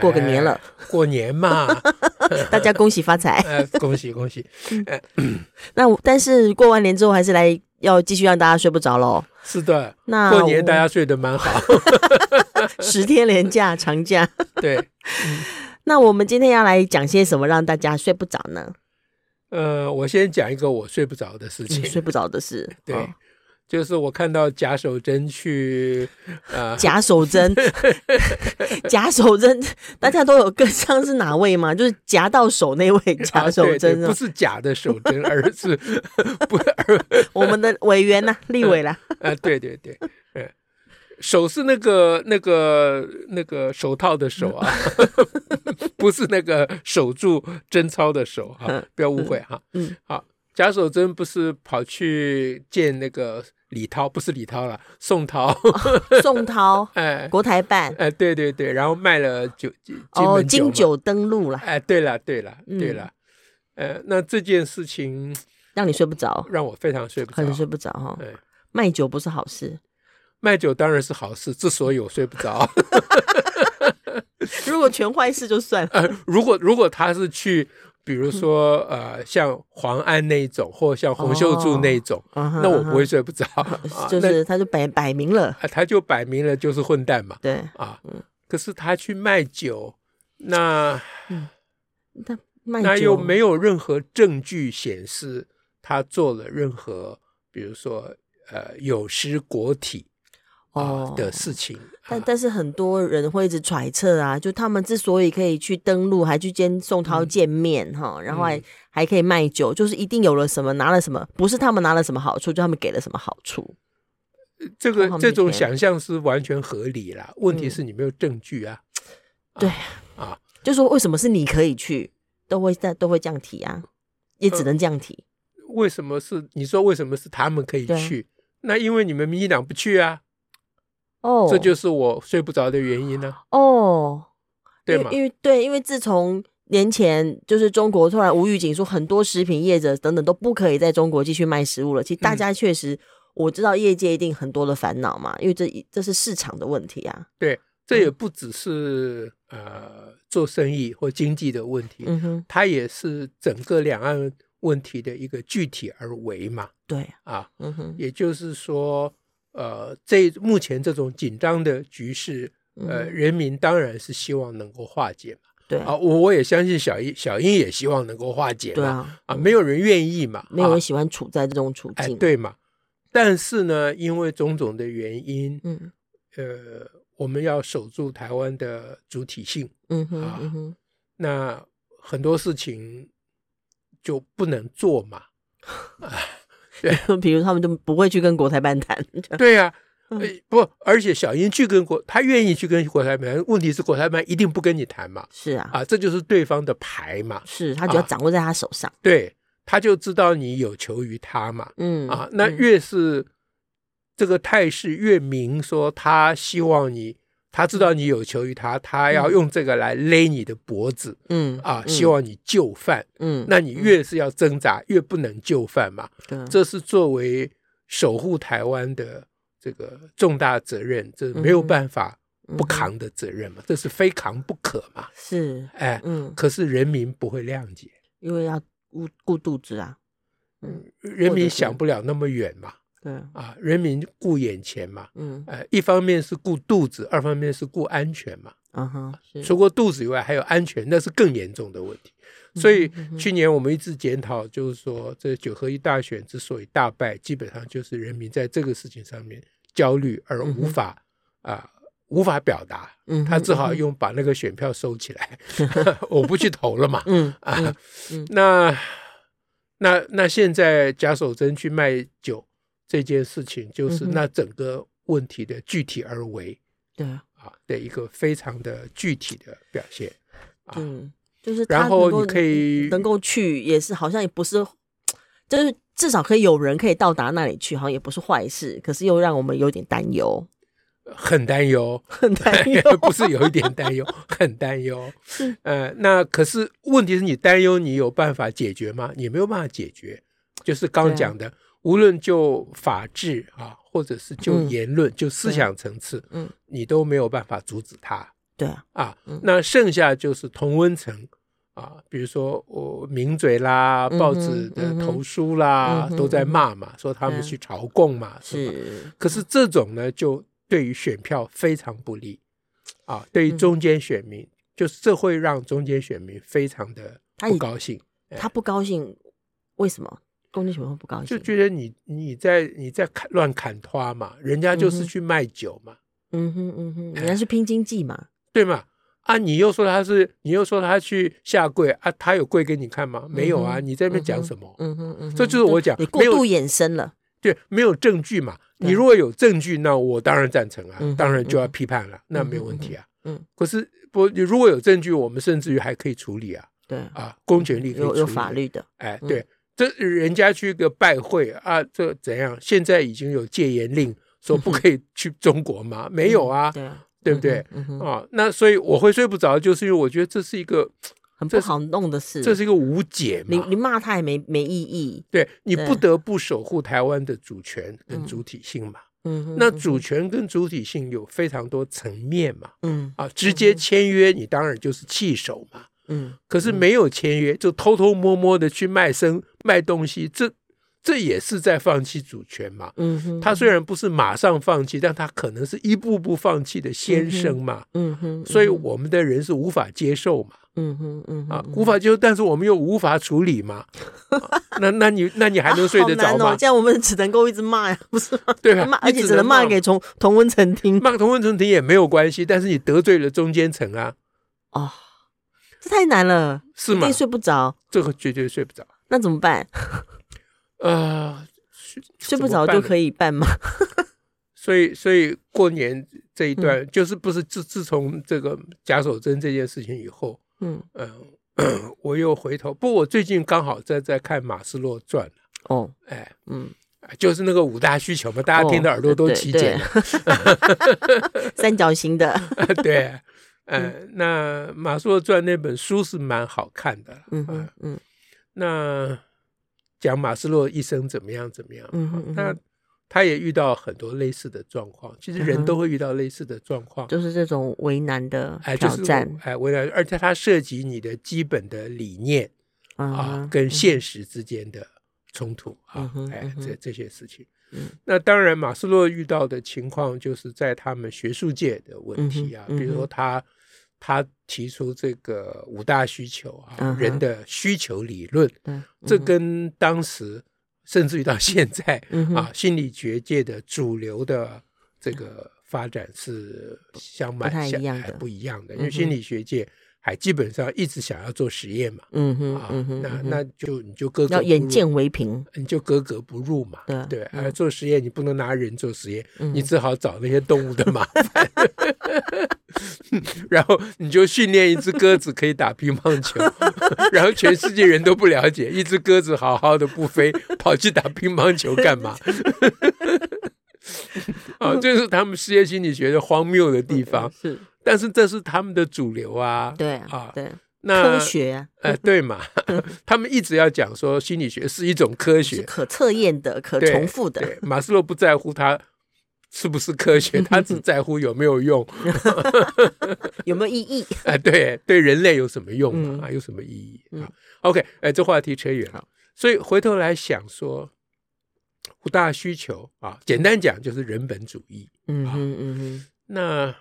过个年了，哎，过年嘛， 大家恭喜发 财。呃，恭喜恭喜，那我但是过完年之后，还是来要继续让大家睡不着喽。是的，那过年大家睡得蛮好，十天连假长假， 对，那我们今天要来讲些什么让大家睡不着呢？呃，我先讲一个我睡不着的事嗯情，睡不着的事， 对哦就是我看到贾守贞去，呃，哦假手 针，假手针，大家都有跟上是哪位吗？就是夹到手那位啊假手对对针不哦，是假的手针，而是不而我们的委员 呐、立委啦，啊，对对对，嗯，手是那个那个那个手套的手啊， 不是那个守住贞操的手哈、嗯不要误会哈、嗯嗯，好，贾守贞不是跑去见那个李涛，不是李涛了，宋涛，，哦宋涛哎国台办，哎，对对对，然后卖了酒金哦，门酒嘛金，九登陆啦，哎，对了对了对嗯了。呃，那这件事情让你睡不着，让我非常睡不着很。睡不着哈、哦。对卖酒不是好事，卖酒当然是好事，之所以我睡不着，如果全坏事就算了。呃，如果如果他是去，比如说呃，像黄安那一种，或像洪秀柱那一种，呃那那我不会睡不 着，啊哦嗯就那是他就摆摆明了，啊他就摆明了就是混蛋嘛对，啊！嗯可是他去卖酒，那卖那酒又没有任何证据显示他做了任何，比如说呃有失国体啊哦的事情。 但啊但是很多人会一直揣测啊，就他们之所以可以去登录，还去跟宋涛见面哈、然后还、嗯还可以卖酒，就是一定有了什么拿了什么，不是他们拿了什么好处，就他们给了什么好处。这个通常这种每天想象是完全合理啦，问题是你没有证据啊。对啊就说为什么是你可以去，都会在都会这样提啊，也呃只能这样提。为什么是你说为什么是他们可以对啊去？那因为你们民进党不去啊，哦，这就是我睡不着的原因呢、哦，对因为吗？因为对，因为自从年前就是中国突然无预警说很多食品业者等等都不可以在中国继续卖食物了，其嗯实大家确实、我知道业界一定很多的烦恼嘛，因为这一这是市场的问题啊。对，这也不只是呃做生意或经济的问题，嗯哼，它也是整个两岸问题的一个具体而为嘛对，啊，嗯哼，也就是说，呃，这目前这种紧张的局势，呃，嗯人民当然是希望能够化解嘛。对啊，我我也相信小英，小英也希望能够化解嘛。对啊，啊，没有人愿意嘛，没有啊人喜欢处在这种处哎，境。，对嘛。但是呢，因为种种的原因，嗯呃，我们要守住台湾的主体性，嗯哼啊嗯哼， 那很多事情就不能做嘛。比如他们就不会去跟国台办谈，对呀、嗯呃不，而且小英去跟国，他愿意去跟国台办，问题是国台办一定不跟你谈嘛，是啊，啊，这就是对方的牌嘛，是他只要啊掌握在他手上，对，他就知道你有求于他嘛，嗯啊，那嗯越是这个态势越明，说他希望你，他知嗯道你有求于他，他要用这个来勒你的脖子嗯啊，嗯希望你就范。嗯，嗯那你越是要挣扎，越不能就范嘛。对啊这是作为守护台湾的这个重大责任，这嗯没有办法不扛的责任嘛，这是非扛不可嘛。是哎，嗯，可是人民不会谅解，因为要顾顾肚子啊，嗯，人民或者是想不了那么远嘛，对啊，啊，人民顾眼前嘛。嗯呃，一方面是顾肚子，二方面是顾安全嘛。嗯哼，是除过肚子以外，还有安全，那是更严重的问题。所以嗯哼去年我们一直检讨，就是说这九合一大选之所以大败，基本上就是人民在这个事情上面焦虑而嗯哼无法啊、无法表达，嗯哼他只好用把那个选票收起 来，我不去投了嘛。嗯啊嗯那那那现在贾守贞去卖酒这件事情，就是嗯哼那整个问题的具体而为。对啊啊的一个非常的具体的表现。啊嗯，就是它然后能够你可以能够去，也是好像也不是，就是至少可以有人可以到达那里去，好像也不是坏事。可是又让我们有点担忧，很担忧，很担忧。 不是有一点担忧，很担忧。呃，那可是问题是你担忧，你有办法解决吗？你没有办法解决。就是刚对啊刚讲的，无论就法治啊，或者是就嗯言论、就思想层次，嗯，你都没有办法阻止它。对啊，啊嗯，那剩下就是同温层啊，比如说我、名嘴啦、嗯哼报纸的投书啦嗯，哼都在骂嘛，说他们去朝贡嘛，吧。 是，可是这种呢，就对于选票非常不利啊，对于嗯中间选民，就是这会让中间选民非常的他不已高兴，他不高兴，为什么？公鸡什么会不高就兴？觉得你你在你在砍乱砍花嘛，人家就嗯是哼去卖酒嘛，嗯哼嗯 哼，人家是拼经济嘛，对嘛？啊，你又说他是，你又说他去下跪啊，他有跪给你看吗？没有啊，嗯哼你在那边讲什么？嗯哼嗯哼，这就是我讲你过没有度衍生了，对，没有证据嘛。对你如果有证据，那我当然赞成啊，嗯哼当然就要嗯哼批判了，那没有问题啊。嗯哼嗯可是不，你如果有证据，我们甚至于还可以处理啊，对，啊，公权力可以处有理有法，律的，哎，嗯对，这人家去一个拜会啊，这怎样？现在已经有戒严令，说不可以去中国吗？没有啊，对啊，对不对嗯嗯哼？嗯哼，啊，那所以我会睡不着，就是因为我觉得这是一个。很这不是好弄的事，这是一个无解你嘛你？骂他也没没意义，对你对不得不守护台湾的主权跟嗯主体性嘛。嗯哼，那嗯主权跟主体性有非常多层面嘛。嗯啊，直接签约你当然就是弃守嘛。嗯可是没有签约就偷偷摸摸的去卖身卖东西，这这也是在放弃主权嘛。嗯哼，他虽然不是马上放弃，但他可能是一步步放弃的先生嘛。嗯哼，所以嗯哼我们的人是无法接受嘛。嗯哼嗯哼啊，嗯无法接受，但是我们又无法处理 嘛。啊那那你那你还能睡得啊着好难吗哦？这样我们只能够一直骂呀，不是吗？对啊 吧骂，你而且只能骂嘛给同同温层听骂同温层庭也没有关系，但是你得罪了中间层啊，哦，这太难了，是一吗定？睡不着，这个绝对睡不着。那怎么办？呃，睡不着就可以。以办吗？ 所以所以过年这一段、嗯就是不是自自从这个假手针这件事情以后，嗯，嗯、我又回头。不，我最近刚好在在看《马斯洛传》，哦，哎，嗯，就是那个五大需求嘛，大家哦听的耳朵都对起对茧了。三角形 的，对，呃，嗯那《马斯洛传》那本书是蛮好看的，嗯呃哼 嗯那讲马斯洛一生怎么样怎么样，嗯哼嗯哼那他也遇到很多类似的状况，其实嗯人哼都会遇到类似的状况，就是这种为难的哎，就挑是战哎，为了，而且它涉及你的基本的理念啊啊，跟现实之间的冲突嗯啊哼，哎嗯，哼这这些事情嗯。那当然，马斯洛遇到的情况就是在他们学术界的问题啊，嗯哼比如嗯说哼他他提出这个五大需求啊嗯，哼人的需求理论，对，这跟当时甚至于到现在嗯哼啊，心理学界的主流的这个发展是相蛮不太相一样哎的不一样的，因嗯为哼心理学界还基本上一直想要做实验嘛，嗯哼啊嗯，哼，那嗯哼那嗯就你就格格要不入呃眼见为凭，你就格格不入嘛，对对，嗯哎做实验你不能拿人做实验，嗯你只好找那些动物的麻烦， 然后你就训练一只鸽子可以打乒乓 球，然后全世界人都不了解，一只鸽子好好的不飞，跑去打乒乓球干嘛？ 啊，这是他们世界心理学的荒谬的地 方，是但是这是他们的主流啊，对啊啊，对，那科学啊 呃，对嘛，他们一直要讲说心理学是一种科是学，可测验的、可对重复的，对，马斯洛不在乎他是不是科学，他只在乎有没有用。有没有意 义？啊，对，对人类有什么用嗯啊？啊有什么意义嗯啊？OK，哎，这话题扯远了好。所以回头来想说，五大需求啊，简单讲就是人本主义。嗯哼嗯哼。那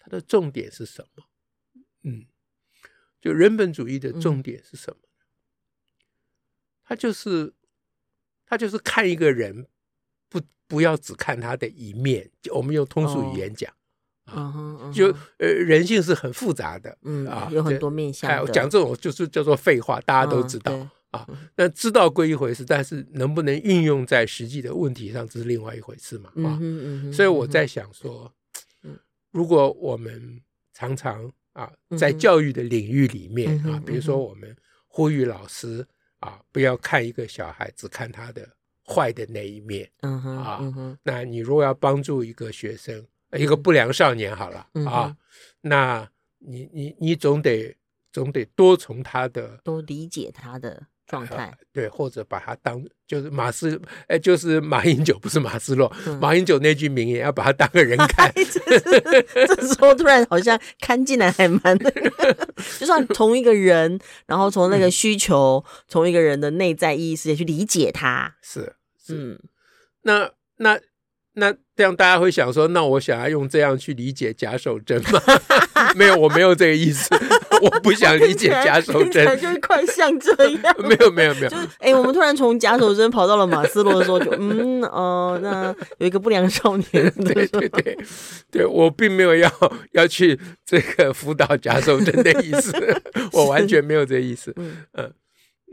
它的重点是什么？嗯，就人本主义的嗯重点是什么？它就是，它就是看一个人，不不要只看他的一面。就我们用通俗哦语言讲，嗯哼，嗯就哼呃，人性是很复杂的。嗯，啊有很这多面向哎，的，我讲这种就是叫做废话，大家都知道。嗯那知道归一回事，但是能不能运用在实际的问题上，这是另外一回事嘛。对嗯啊，哼嗯哼，所以我嗯哼在想说嗯，如果我们常常啊嗯，在哼教育的领域里面嗯啊哼，比如嗯说哼我们呼吁老师啊，不要看一个小孩只看他的坏的那一面。嗯哼，啊嗯哼，那你如果要帮助一个学生，呃一个不良少年好了嗯啊哼，那你你你总得总得多从他的都理解他的啊状态，对，或者把他当就是马斯，哎，就是马英九，不是马斯洛，嗯马英九那句名言，要把他当个人看 哎，。这这这时候突然好像看进来还蛮那个，就算从一个人，然后从那嗯个需求，从一个人的内在意义世界去理解他，是是，嗯那那那这样大家会想说，那我想要用这样去理解贾守贞吗？ 没有，我没有这个意思， 我不想理解贾守听起贞来。就是快像这样 。没有没有没有，就是哎、我们突然从假手针跑到了马斯洛的时候，就嗯哦、那有一个不良少年，对对对，对我并没有要要去这个辅导贾守贞的意思， 我完全没有这意思。嗯，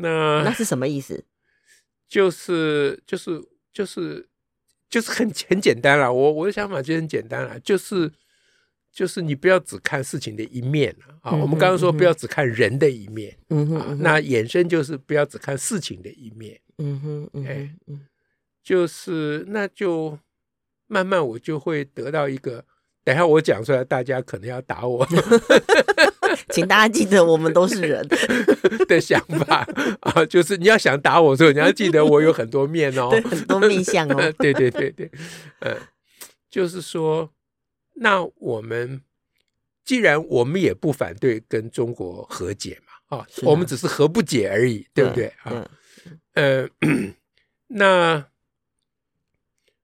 那那是什么意思？就是就是就是就是很 很简单了，我我的想法就很简单了，就是就是你不要只看事情的一面啊。嗯我们刚刚说嗯嗯不要只看人的一面嗯哼，啊嗯，哼那衍生就是不要只看事情的一面，嗯哼嗯哎哼嗯就是那就慢慢我就会得到一个。等一下我讲出来，大家可能要 打我。请大家记得，我们都是人。的想法啊，就是你要想打我的时候，你要记得我有很多面哦，对很多面相 哦对对对对，嗯，就是说，那我们既然我们也不反对跟中国和解嘛，啊，是啊我们只是和不解而已，对不对啊？嗯呃，那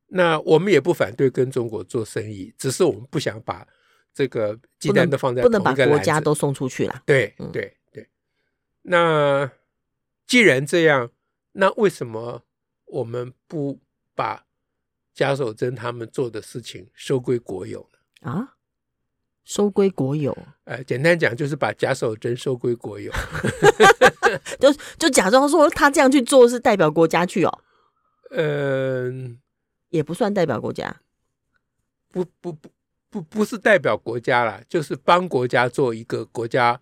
那我们也不反对跟中国做生意，只是我们不想把这个鸡不蛋能都放在不能同把一个国篮家子都送出去啦。对嗯对对。那既然这样，那为什么我们不把贾守贞他们做的事情收归国有呢？啊，收归国有，呃，简单讲就是把贾守贞收归国有。就就假装说他这样去做是代表国家去哦，嗯、也不算代表国家。不不不不不是代表国家啦，就是帮国家做一个国家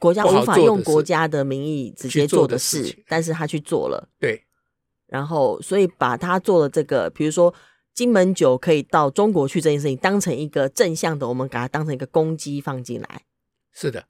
国家不好无法做的用事国家的名义直接去做做的的事，事情但是他去做了，对然后所以把他做的这个，比如说金门酒可以到中国去这件事情，当成一个正向的，我们给它当成一个公鸡放进来。是的。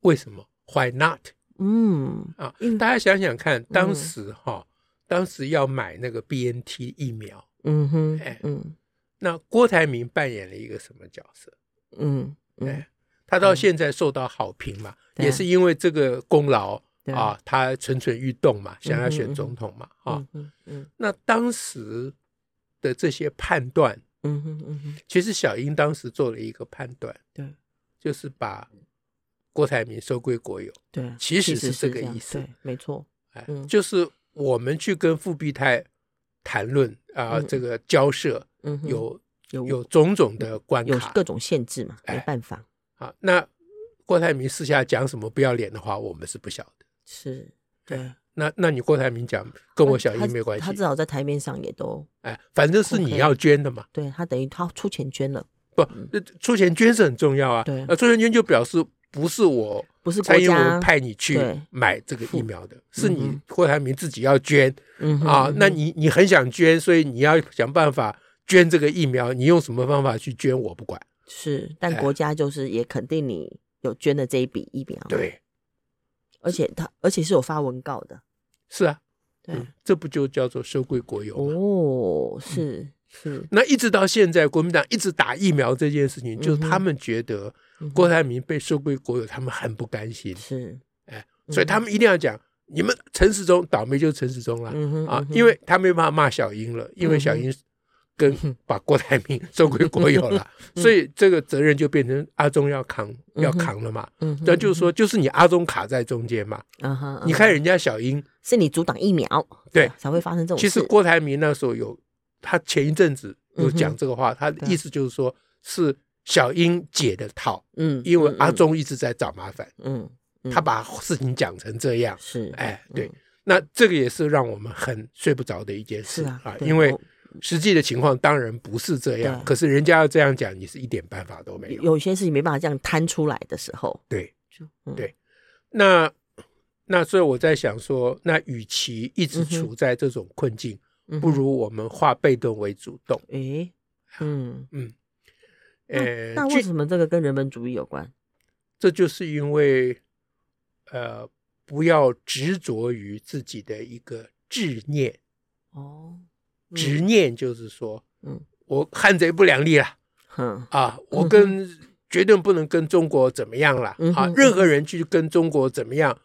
为什么？Why not？嗯啊因为，大家想想看，嗯当时哈、当时要买那个 BNT 疫苗，嗯哼哎，嗯那郭台铭扮演了一个什么角色？嗯嗯哎，他到嗯现在受到好评嘛，对啊也是因为这个功劳对啊，他蠢蠢欲动嘛，想要嗯哼选嗯总统嘛，啊嗯，嗯嗯那当时的这些判断，嗯哼嗯哼，其实小英当时做了一个判断，对就是把郭台铭收归国有，对，其实是是这个样意思对，没错，哎嗯，就是我们去跟富必泰谈论啊，嗯这个交涉嗯哼，有有有种种的关有卡各种限制嘛，没哎办法，啊，那郭台铭私下讲什么不要脸的话，我们是不晓得。是，对对，那那你郭台铭讲哎跟我小嗯他姨没关他系至，少在台面上也都哎，反正是 OK 你要捐的嘛，对他等于他出钱捐了，不，那出钱捐是很重要啊。对呃，出钱捐就表示不是我不是蔡国英文家派你去对买这个疫苗的，是你嗯郭台铭自己要捐嗯哼啊嗯。那哼你你很想捐，所以你要想办法捐这个疫苗，你用什么方法去捐我不管。是，但哎国家就是也肯定你有捐的这一笔疫苗，，对，而且他而且是有发文告的，是啊，对，嗯这不就叫做收归国有吗？嗯哦，是是，那一直到现在，国民党一直打疫苗这件事情，就是嗯哼他们觉得嗯哼郭台铭被收归国有，他们很不甘心，是，哎，所以他们一定要讲，你们陈时中倒霉就是陈时中啦，嗯哼啊嗯，哼因为他没办法骂小英了，因为小英跟把郭台铭收归国有 了，所以这个责任就变成阿中要扛嗯哼要扛了嘛。嗯哼，那就是说，就是你阿中卡在中间嘛，嗯哼，嗯你哼看人家小英，是你阻挡疫苗，啊对才会发生这种其事，实郭台铭那时候有，他前一阵子有嗯讲哼这个话，他的对意思就是说是小英解的套，嗯，因为嗯阿，中一直在找麻烦，嗯，嗯他把事情讲成这样，是，哎，对嗯，那这个也是让我们很睡不着的一件是事啊，对因为我实际的情况当然不是这样，对可是人家要这样讲，你是一点办法都没有。有些事情没办法这样摊出来的时候，对就嗯对那那所以我在想说，那与其一直嗯哼处在这种困境，嗯不哼如哎我们化被动为主动。诶，嗯，呃，那就为什么这个跟人本主义有关？这就是因为呃，不要执着于自己的一个执念，哦，嗯执念就是说，嗯，我汉贼不两立了哼，啊，我跟、绝对不能跟中国怎么样了、嗯啊哼，任何人去跟中国怎么样，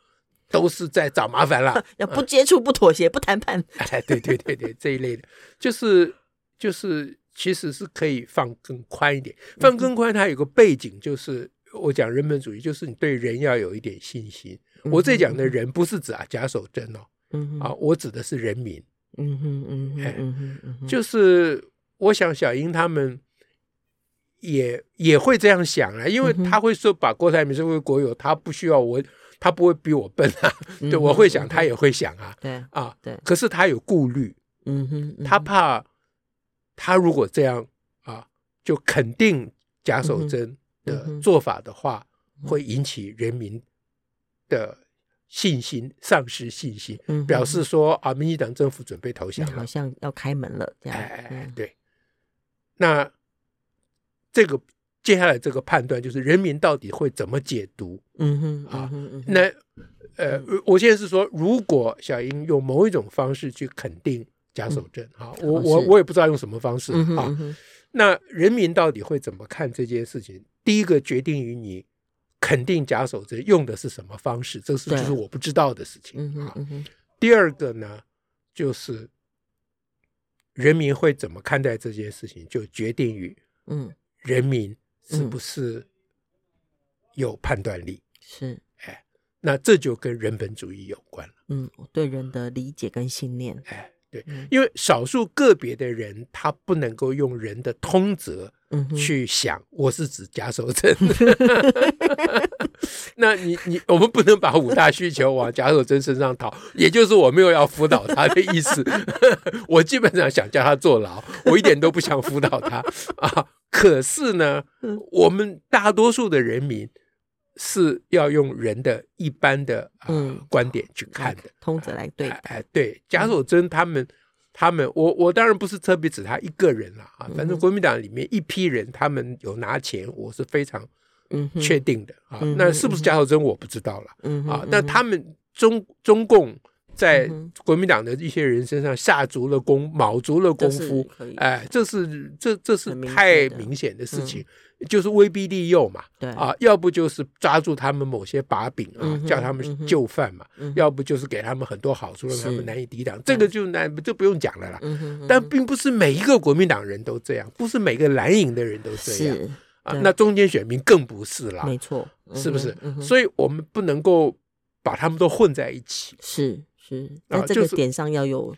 都是在找麻 烦了。要不接触、不妥协、不谈判，哎，对对对对，这一类的，就是就是，其实是可以放更宽一点，嗯放更宽，它有个背景，就是我讲人本主义，就是你对人要有一点信心。我这讲的人不是指啊假手真哦，嗯嗯哼，啊，我指的是人民，嗯哼，嗯哼，哎嗯哼，嗯哼，就是我想小英他们。也也会这样想啊，因为嗯哼他会说把郭台铭视为国有，他不需要我，他不会比我笨啊，嗯对，我会哼想，嗯他也会想啊，哼对，啊，对可是他有顾虑，嗯哼，嗯他哼怕他如果这样啊，就肯定贾守贞嗯的哼做法的话，嗯会引起人民的信心丧失信心，嗯哼表示说啊，民进党政府准备投降你好了。像要开门了这样哎哎，哎嗯对。那这个接下来这个判断就是人民到底会怎么解读？嗯哼，啊嗯哼，嗯哼那呃，我现在是说，如果小英用某一种方式去肯定贾守贞，啊，我哦我是我也不知道用什么方式嗯哼，啊嗯，哼那人民到底会怎么看这件事情？第一个决定于你肯定假守则用的是什么方式，这是对就是我不知道的事情嗯哼啊，。嗯哼，第二个呢，就是人民会怎么看待这件事情，就决定于嗯，人民是不是有判断力。是，那这就跟人本主义有关了。嗯，我对人的理解跟信念，哎，对嗯，因为少数个别的人，他不能够用人的通则嗯哼，去想，我是指假手针。 那你你我们不能把五大需求往假手针身上套，也就是我没有要辅导他的意思。 我基本上想叫他坐牢，我一点都不想辅导他啊。可是呢嗯，我们大多数的人民是要用人的一般的、啊嗯观点去看的。通则来对哎，哎，对，贾守贞他们，他们，我我当然不是特别指他一个人了啊，反嗯正哼国民党里面一批人，他们有拿钱，我是非常嗯哼，确定的啊嗯。那哼是不是嗯哼贾守贞，我不知道了嗯哼，啊。嗯那哼他们中中共在嗯哼国民党的一些人身上下足了功，卯足了这功是夫，可以，哎，这是这这是很明太确的明显的事嗯情，就是威逼利诱嘛。对，啊，要不就是抓住他们某些把柄啊，嗯哼叫他嗯们哼就范嘛；嗯哼要不就是给他们很多好处，让他是们难以抵挡。这个就难，这不用讲了啦。嗯哼，嗯但哼并不是每一个国民党人都这样，不是每个蓝营的人都这样是啊对。那中间选民更不是啦，没错，是不是嗯哼嗯？哼所以我们不能够把他们都混在一起。是是，啊在这就个是点上要有，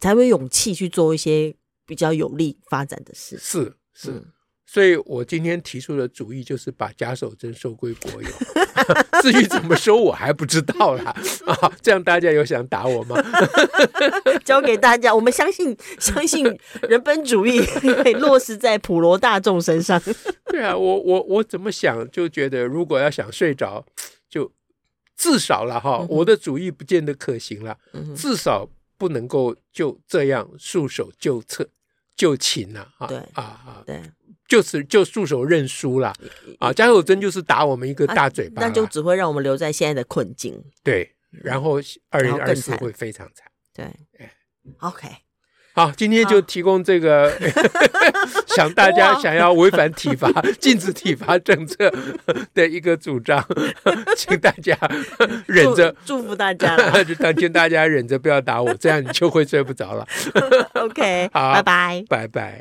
才会有勇气去做一些比较有利发展的事。是是，嗯所以我今天提出的主意就是把贾守贞收归国有， 至于怎么收我还不知道啦。啊，这样大家有想打我吗？交给大家，我们相信相信人本主义可以落实在普罗大众身 上。对啊，我我我怎么想就觉得，如果要想睡着，就至少了哈，嗯哼我的主意不见得可行了，嗯哼至少不能够就这样束手就策。就擒了啊！对啊啊，对，就是就束手认输了啊！贾守贞就是打我们一个啊大嘴巴啦、那就只会让我们留在现在的困境。对，然后二零然后二更四惨会非常惨。对，OK，哎好，今天就好提供 这个， 想大家哇想要违反体罚、 禁止体罚政策 的一个主张， 请大家忍着，祝祝福大家 啦就当请大家忍着不要打我，这样你就会睡不着了。 OK，好拜拜。拜拜。